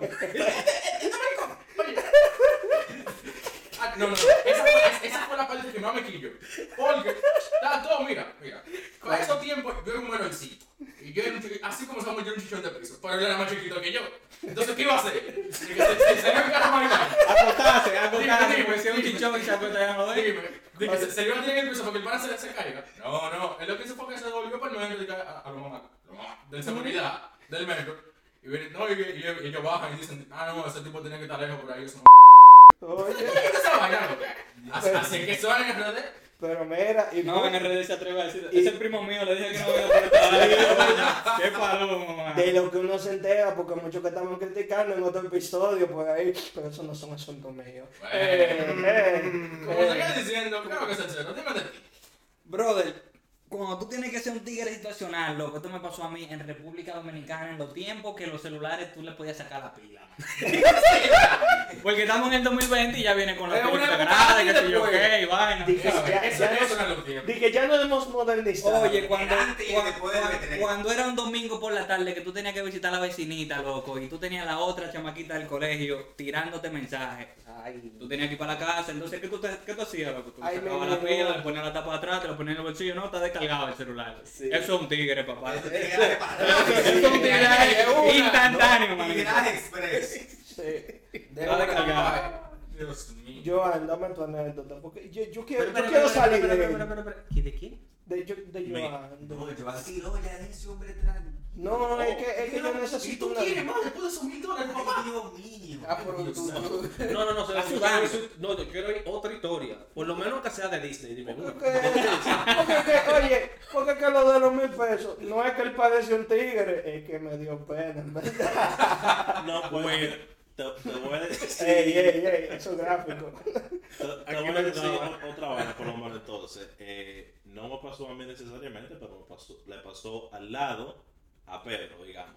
I: Ah, no, no, no. Esa fue, es- esa fue la parte que más me quillo. Porque, está todo, mira, mira. Para esos tiempos yo era un menorcito. Y yo era un chiqui- así como somos yo era un chichón de piso. Pero él era más chiquito que yo. Entonces, ¿qué iba a hacer? Se se- se salió en cara más grande.
D: Acostarse, acostarse,
I: Dime,
D: porque si es un
I: dime.
D: chichón y se acuesta ya no
I: Dime, dime, se, se iba a tirar en el piso para que el pana se, se caiga. No, no, él lo que hizo fue que se devolvió para el metro y ca- a, a lo mamá, lo mamá, de seguridad, del metro. Y, viene- no, y, y- y ellos bajan y dicen, ah, no, ese tipo tenía que estar lejos por ahí, eso no.
B: Oye.
I: Esa vaina, loco. Así- Así que suena en RD.
B: Pero mira, y
D: No,
B: tú-
D: en RD se atreve a decir.
B: Y-
D: Ese primo mío le dije que no voy a apretar. Qué palomo, man.
B: de lo que uno se entera, porque muchos que estaban criticando en otro episodio por ahí, pero eso no son asuntos míos.
I: Bueno.
B: Eh, eh,
I: Como
B: eh.
I: te quedas diciendo, claro que se cero, dime de ti.
D: Brother, cuando tú tienes que ser un tigre situacional, loco, esto me pasó a mí en República Dominicana en los tiempos que los celulares tú le podías sacar la pila. man. Porque estamos en el 2020 y ya viene con la
I: Es
D: pila
I: una época
D: integrada, que
I: antes pues.
D: sé yo,
I: después.
D: qué, y vaina.
B: Dije, ya,
I: Eso
B: ya
I: eso
B: nos-
I: era lo que
B: eh, dije, ya nos hemos modernizado.
D: Oye, cuando,
C: Antes y
D: cuan-
C: después de
D: cuan-
C: meter.
D: cuando era un domingo por la tarde que tú tenías que visitar a la vecinita, loco, y tú tenías la otra chamaquita del colegio tirándote mensajes.
B: Ay.
D: Tú tenías que ir para la casa, entonces, ¿qué tú, te- qué tú hacías, loco? Tú
B: Ay,
D: sacabas
B: mi
D: la
B: Dios.
D: pila, le ponías la tapa atrás, te lo ponías en el bolsillo, no, está descargado el celular. Eso es un tigre, papá.
C: Eso
D: Eso
C: tiene que dar de parado.
D: es un
I: Ay, una,
D: tigre instantáneo, man.
C: Mirar Express.
B: Sí.
D: Está descargado.
I: Dios mío.
B: Joan, dame tu anécdota, porque yo, yo quiero, yo
D: Pero, pero, pero,
B: quiero salir de,
D: pero, pero, pero, pero, pero, ¿y ¿De quién?
B: de, yo- de
G: Me-
B: Joan. de-
C: No, yo vas a decir, oye, ese hombre tranquilo.
B: No, es que, es que yo necesito una...
I: más después de esos mil dólares,
C: Ay, Dios mío.
N: Ah, pero
C: Dios
N: tú-
C: santo.
N: tú-
O: No, no, no, se-
F: Ah,
D: A
O: yo
D: Sudán.
O: quiero decir- no, yo quiero ir otra historia. Por lo menos que sea de Disney, dime una.
B: Porque, porque que, oye, porque que lo de los mil pesos, no es que él parece un tigre, es que me dio pena, en verdad.
G: No, bueno, te, te voy a decir.
B: Ey, ey, ey, eso es gráfico.
G: Te, te
O: Aquí
G: voy
O: me
G: a decir
O: tocaba.
G: o- otra vaina, por lo menos entonces. Eh, no me pasó a mí necesariamente, pero me pasó, le pasó al lado a Pedro, digamos.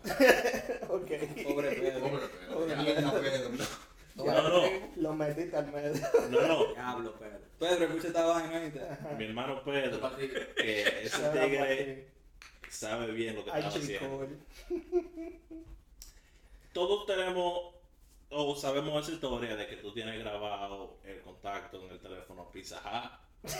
B: Ok.
D: Pobre Pedro.
I: Pobre Pedro. ya.
N: Mierda, Pedro.
B: Ya,
G: No, no,
B: Lo metiste al medio.
G: no, no.
D: Diablo, Pedro. Pedro, escucha esta vaina, ¿viste?
B: Ajá.
G: Mi hermano Pedro,
I: Para ti.
G: que ese
B: Ahora,
G: tigre sabe bien lo que
B: Ay,
G: está haciendo.
B: chico.
G: Todos tenemos o sabemos esa historia de que tú tienes grabado el contacto en el teléfono Pizza Hut.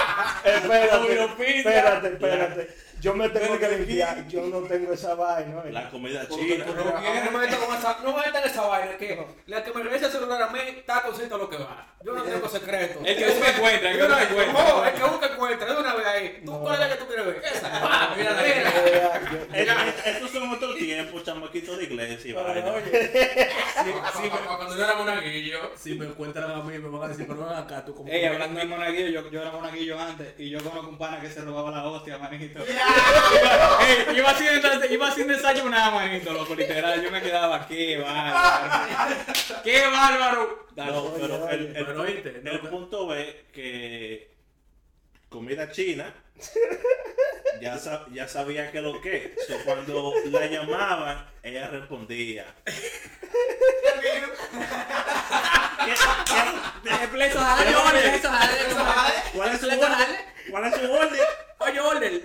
D: Puro
B: Espérate,
D: pizza.
B: espérate, espérate. Yo me tengo
D: Pero
B: que
D: que
B: limpiar. Yo no tengo esa vaina. oye.
G: La comida
N: Porque
G: china.
N: tú no
F: A mí
N: quieres.
F: no me meto con esa- no me metan esa vaina que
B: ah, No.
F: la que me regresa el celular a mí está consciente de lo que va. Yo no tengo secreto.
D: El que busca encuentra, el que
F: Yo no-
D: busca encuentra.
F: no, el que busca encuentra, de una vez ahí. ¿Tú
B: No.
F: cuál es la que tú quieres ver? Esa.
O: Ah,
F: Va, mira,
I: Mira,
F: mira.
B: Mira, yo-
G: Eh, eh, Estos son otros tiempos, chamaquitos de iglesia y vaina.
I: Sí, pa- pa- Cuando yo era monaguillo.
O: Si me encuentran a mí, me van a decir, pero ven acá, tú como.
D: Ey, hablando de monaguillo, yo, yo era monaguillo antes y yo conozco un pana que se robaba la hostia, manito. Iba, ey, iba sin, des- iba sin desayunar, manito, loco, literal. Yo me quedaba, qué bárbaro. Qué bárbaro. Dale.
G: No, pero el, el-
O: Pero oíste, no,
G: el
O: no.
G: punto es que comida china ya, sa- ya sabía que lo que. So, cuando la llamaban, ella respondía. ¿Qué- qué- de-
D: Eso jale, orden, eso jale, eso jale.
G: ¿Cuál es su orden? ¿Cuál es su orden?
D: Oye, orden.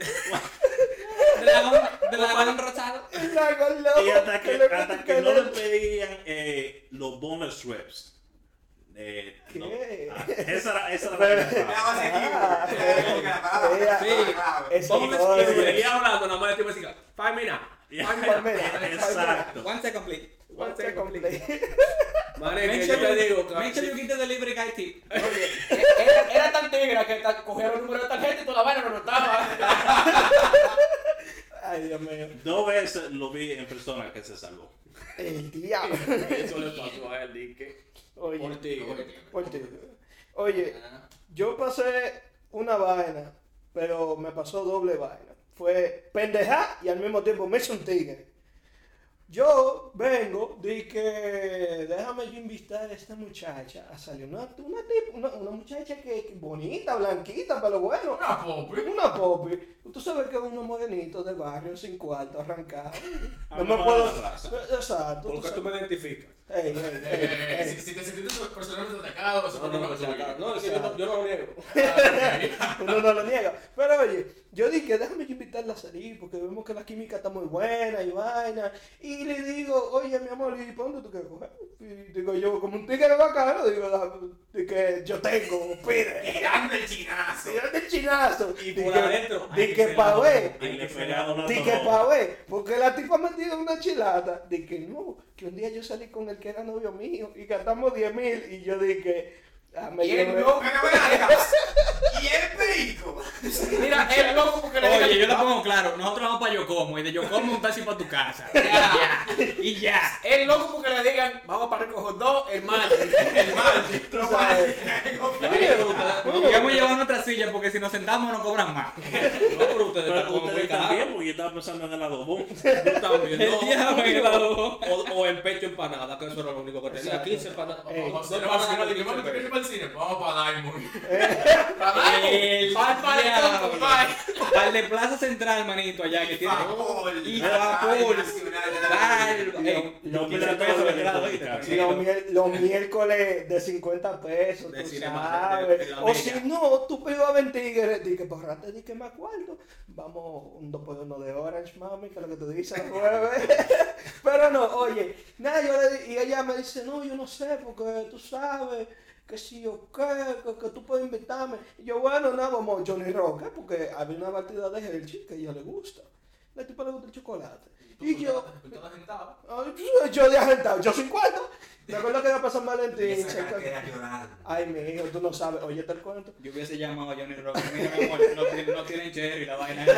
D: Dragón, dragón rosado.
B: Dragon Lord,
G: Y hasta que,
B: le
G: hasta
B: metí
G: que no le
B: cadena.
G: pedían eh, los bonus reps Eh,
B: ¿Qué?
G: no. Ah, esa era, esa era
B: Pero-
G: la
B: Ah,
G: primera.
B: era-
P: Sí.
B: ah,
P: Vamos a decir
B: sí.
P: que seguía hablando, nada más decimos así, five minutes. Five
B: Five
P: minutes.
B: minutes. Exacto.
D: One second, please.
B: One second, please.
P: Mané, que
D: Make
P: yo
D: sure
P: te
D: you-
P: digo,
D: make sure you
P: cabrón,
D: get the delivery guy tip.
Q: Era, era tan negra que ta- cogieron el número de tarjeta y toda la vaina lo notaba.
B: Ay, Dios mío.
G: Dos veces lo vi en persona que se salvó.
B: El diablo.
P: Eso le pasó a él, dije.
B: Oye.
P: Por tigre.
B: Por ti. Oye, yo pasé una vaina, pero me pasó doble vaina. Fue pendeja y al mismo tiempo me hizo un tigre. Yo vengo, di que déjame yo invitar a esta muchacha a salir. Una, una, tip- una, una muchacha que, que bonita, blanquita, pero bueno. Una popi. Una popi. Tú sabes que es uno morenito de barrio, sin cuarto, arrancado. No me
P: Hablamos
B: puedo.
P: de la raza.
B: Exacto.
P: ¿Por qué tú me identificas?
B: Ey, ey, ey,
I: Eh,
B: ey.
I: si, si te sentiste personalmente atacado, eso
P: No, no, no, no, no, es que yo no- yo no lo niego.
B: Uno no lo niega. Pero oye, yo dije, déjame yo invitarla a salir porque vemos que la química está muy buena y vaina. Y le digo, oye, mi amor, ¿y para dónde tú quieres coger? Y digo, yo como un tigre bacano, digo, "Dame, de que yo tengo, pide.
I: Tirando el chinazo.
B: Tirando el chinazo.
P: Y
B: Di
P: por
B: que-
P: adentro,
B: di
P: hay que
B: que
P: pelarlo.
B: pa' ver.
G: Y le pegado los
B: Di que
G: dos.
B: pa' ver. Porque la tipa me tiró una chilata. De que no, que un día yo salí con el que era novio mío y gastamos 10 mil. Y yo dije, ah, me
Q: Y él
B: llevé-
Q: no, pero ven acá.
I: Y el perico.
Q: Mira, es loco porque le
D: Oye, yo
Q: digan-
D: lo pongo claro, nosotros vamos para Yocomo y de Yocomo un taxi para tu casa. Y ya, y ya.
Q: Es loco porque le digan, vamos para recoger dos, hermano.
D: O sea, Oye, Vamos a llevar nuestra silla porque si nos sentamos no cobran más.
P: pero ustedes
G: Pero
P: están como muy
G: ustedes
P: cagados.
G: también, porque yo estaba pensando en el adobo.
P: Tú también,
D: El
P: no.
D: diablo.
P: O, o en pecho empanada, que eso era lo único que tenía.
I: Exacto.
P: 15 empanadas.
B: Eh,
I: Ey.
P: Dos
I: Pero
P: empanadas
I: vamos a
P: de
I: ir
P: quince pesos.
I: para el cine. Vamos para Diamond.
D: El
Q: Pal, pal,
D: diablo.
Q: tonto, pal.
D: Al de Plaza Central, manito, allá que tiene.
I: Fajol.
D: Y Fajol. Barba. Ey,
G: Yo
D: 15
G: pensé
D: pesos
G: todo
D: el
G: el
D: grado,
G: grado,
D: ¿viste?
G: ¿viste?
B: Sí, Los, miel- los miércoles de 50 pesos,
P: De
B: tú
P: cinema, de-
B: sabes.
P: de la
B: o
P: milla.
B: si no, tú pibas 20 tigres, di que borrate, di que me acuerdo. Vamos, un dos por uno de Orange, mami, que es lo que tú dices, jueves. Pero no, oye, nada, yo le di- y ella me dice, no, yo no sé, porque tú sabes que si yo qué, que, que tú puedes invitarme. Y yo, bueno, nada, vamos, Johnny Roca, porque había una partida de Hershey que a ella le gusta. La tipa le gusta el chocolate. Y yo, Ay, pues, yo- Yo de agentado, yo 50. ¿Te acuerdas que iba a pasar Valentín?
C: Esa
B: Checa-
C: cartera llorando.
B: Ay, mi hijo, tú no sabes. Oye, te cuento.
D: Yo hubiese llamado a Johnny Rock. Mira, mi amor, no, tienen- no tienen cherry la vaina. No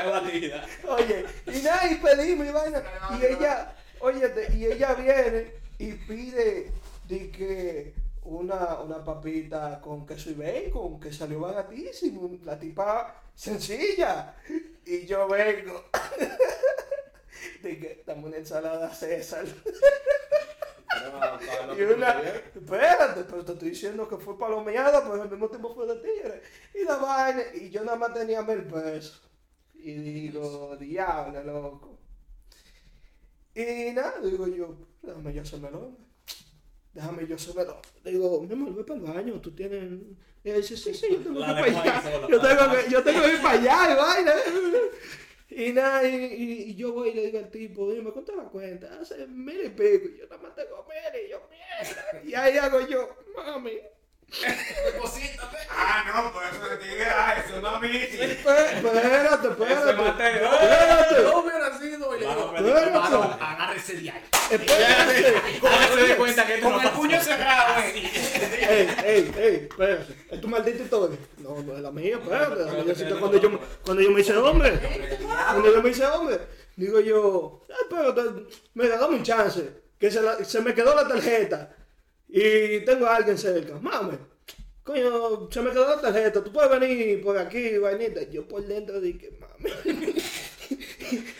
D: hay batida.
B: Oye, y nada, y pedimos y vaina. Y ella, oye, te- y ella viene y pide de que una, una papita con queso y bacon, que salió baratísimo. La tipa sencilla. Y yo vengo. De que dame una ensalada César. Y una, espérate, pero te estoy diciendo que fue palomeada, pero al mismo tiempo fue de tigre. Y la vaina, y yo nada más tenía mil pesos. Y digo, diablo, loco. Y nada, digo yo, déjame yo hacerme el hombre. Déjame yo hacerme el hombre. Digo, mi amor, ve para el baño, tú tienes. Y ella dice, sí, sí, yo tengo
P: La
B: que ir
P: dejó
B: para
P: ahí
B: allá.
P: sola.
B: Yo tengo que, yo tengo que ir para allá, y vaina. Y nada, y, y- y yo voy y le digo al tipo, dime, ¿cuánto es la cuenta? Hace mil y pico. Y yo nada más tengo mil, y yo, mierda. Y ahí hago yo, mami.
C: Ah, no, por eso te dije, ah, eso es mami.
B: Espérate, espérate.
P: Ese ¡eh! Mateo.
B: Espérate.
I: No hubiera sido. Y le digo,
B: Espérate.
I: "Hermano, agárrese de ahí.
B: Espérate.
D: se di cuenta que esto no
Q: Con el
D: pasa.
Q: puño cerrado, eh.
B: Ey, ey, ey, espérate. ¿Es tu maldita historia? No, no es la mía, espérate. déjame yo decirte cuando, yo, me- cuando yo me hice hombre. Cuando yo me hice hombre. Digo yo, ah, espérate, me dame un chance. Que se, la- se me quedó la tarjeta. Y tengo a alguien cerca. Mame. Coño, se me quedó la tarjeta. Tú puedes venir por aquí, vainita. Yo por dentro dije, mami.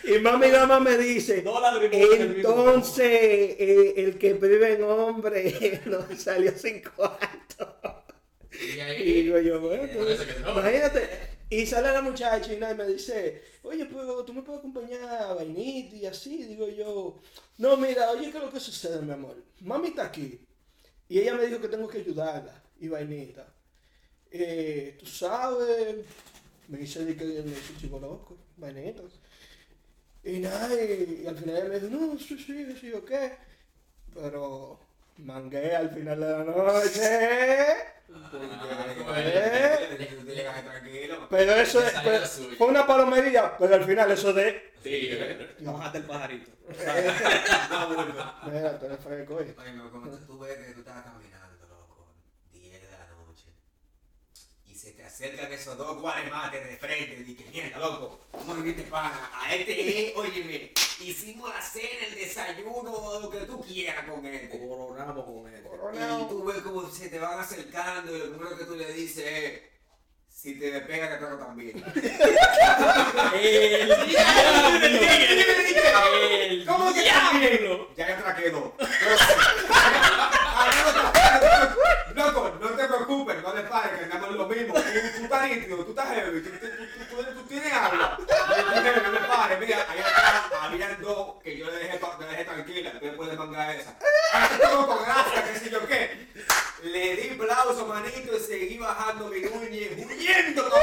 B: y mami nada más me dice.
P: Dólar y mucho en el mismo.
B: Entonces, eh, el que vive en hombre nos salió sin cuarto.
I: Y
B: Y
I: ahí.
B: digo yo, bueno,
I: Parece que no.
B: imagínate. Y sale la muchacha y nada, y me dice, oye, pero tú me puedes acompañar a vainita y así. Digo yo, no, mira, oye, ¿qué es lo que sucede, mi amor? Mami está aquí. Y ella me dijo que tengo que ayudarla y vainita. Eh, tú sabes, me dice de que me dice chico loco, vainita. Y nada, y, y al final ella me dijo, no, sí, sí, sí, ok. Pero Mangué al final de la noche. Porque- Eh, Pero eso es, pero- fue una palomería, pero al final eso de.
F: Mojate el pajarito.
B: Mira, tú eres fresco, oye.
C: Bueno, cuando tú ves que tú estabas caminando, loco, 10 de la noche, y se te acercan esos dos guaremates de frente, y que mierda, loco, ¿cómo que te paga? A este es, óyeme, hicimos la cena, el desayuno, lo que tú quieras con este. Coronamos con este. Y tú ves cómo se te van acercando, y lo primero que tú le dices es, si te me pega, te pego también.
D: El
C: diablo. ¿Cómo que diablo? Ya yo traquedo. Loco, no te preocupes, no le pares, que andamos en lo mismo. Tú, tú estás nítido, tú estás heavy, tú, tú, tú, tú, tú tienes habla. No, te- no le pares, mira, ahí atrás habían dos que yo le dejé, pa- le dejé tranquila, tú le puedes mangar esa. Ah, Loco, gracias, qué sé yo qué. Le di aplauso, manito, y seguí bajando mi uña, huyendo con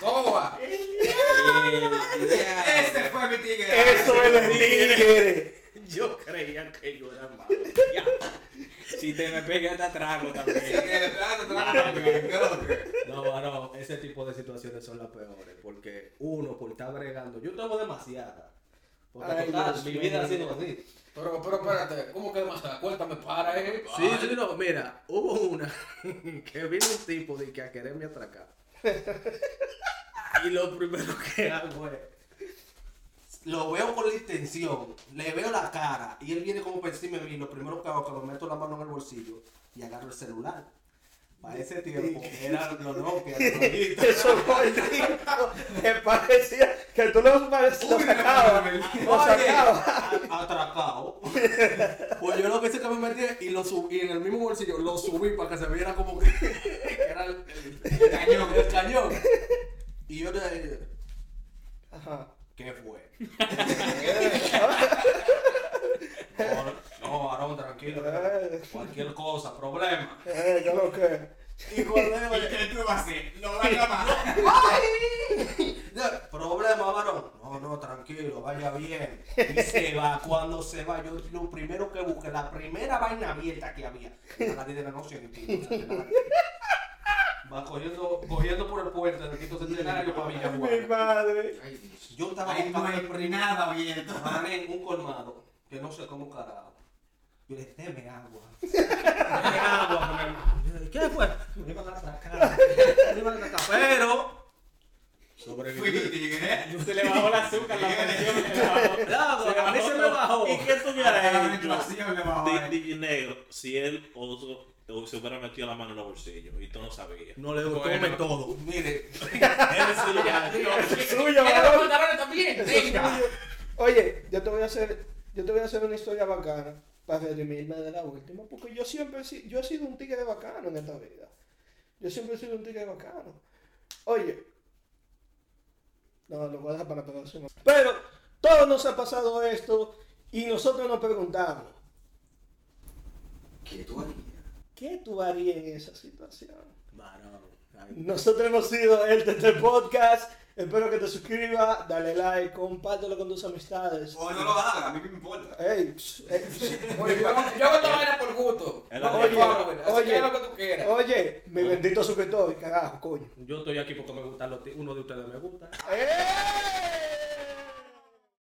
C: ¡Boba! Ese Este fue mi tigre.
B: Eso es los tigres.
D: Yo creía que yo era malo. Ya. Si te me pega, te trago también.
F: No, no, ese tipo de situaciones son las peores. Porque uno, por estar bregando, yo tomo demasiada. Porque
I: Ay,
F: total,
I: Dios
F: mi
I: mío.
F: vida ha sido así.
I: Pero, pero espérate, ¿cómo que demasiado? Cuéntame, para, eh.
F: Sí, sí, no, mira, hubo una que vino un tipo de que a quererme atracar. Y lo primero que hago es. Lo veo con la intención, le veo la cara y él viene como por encima de mí. Lo primero que hago es que me meto la mano en el bolsillo y agarro el celular. Para ese tiempo era lo Nokia.
B: Eso fue el día que parecía que tú lo, parecías- lo sacabas. Lo sacabas.
F: atracado. Pues yo lo que hice que me metí y lo subí en el mismo bolsillo, lo subí para que se viera como que, que era el, el- el cañón, el cañón. Y yo le dije, ¿qué fue? no, no, Aarón, tranquilo. Cualquier cosa, problema.
B: Eh, yo lo que.
F: Y cuando yo ¿Qué tú vas a hacer? Lo vas a llamar. Problema, varón. No, no, tranquilo, vaya bien. Y se va. Cuando se va, yo lo primero que busqué, la primera vaina abierta que había, a las 10 de la noche en Quito Centenario. Va cogiendo, cogiendo por el puente de Quito Centenario para Villajuana.
B: Mi madre.
F: Yo estaba
C: Ahí no hay nada abierto.
F: Mané, en un colmado, que no sé cómo carajo. Yo le dije, deme agua. Deme agua, mané. Yo le dije, ¿Qué fue? Me iban a atracar. Me iban a atracar. Pero. Sobreviví.
D: Se le bajó el azúcar, la presión se le bajó.
F: Claro, a mí se me bajó.
D: ¿Y qué tú
G: hubiera
D: hubieras
G: hecho
D: hecho?
G: Di- Digi Negro si él oso, o se hubiera metido la mano en los bolsillos y tú no sabías?
F: No le digo,
G: Bueno.
F: come todo. Mire.
B: Suyo,
R: Pero
B: varón.
R: los pantalones también,
B: Eso
R: venga.
B: es suyo. Oye, yo te voy a hacer, yo te voy a hacer una historia bacana para redimirme de la última, porque yo siempre he si- yo he sido un tigre bacano en esta vida. Yo siempre he sido un tigre bacano. Oye, no, lo voy a dejar para la próxima. Pero todos nos ha pasado esto y nosotros nos preguntamos,
C: ¿Qué tú harías?
B: ¿qué tú harías en esa situación?
F: Varón.
B: Nosotros hemos sido el TT Podcast. Espero que te suscribas, dale like, compártelo con tus amistades.
C: O no lo hagas, a mí no me importa.
B: Ey, pss, ey, pss.
R: Oye, yo hago- yo hago esta vaina por gusto.
B: Oye,
R: No por follower, así que
B: oye,
R: haz lo que tú quieras.
B: oye, mi bendito suscriptor, carajo, coño.
F: Yo estoy aquí porque me gustan los ti- uno de ustedes me gusta.
B: ¡Eh!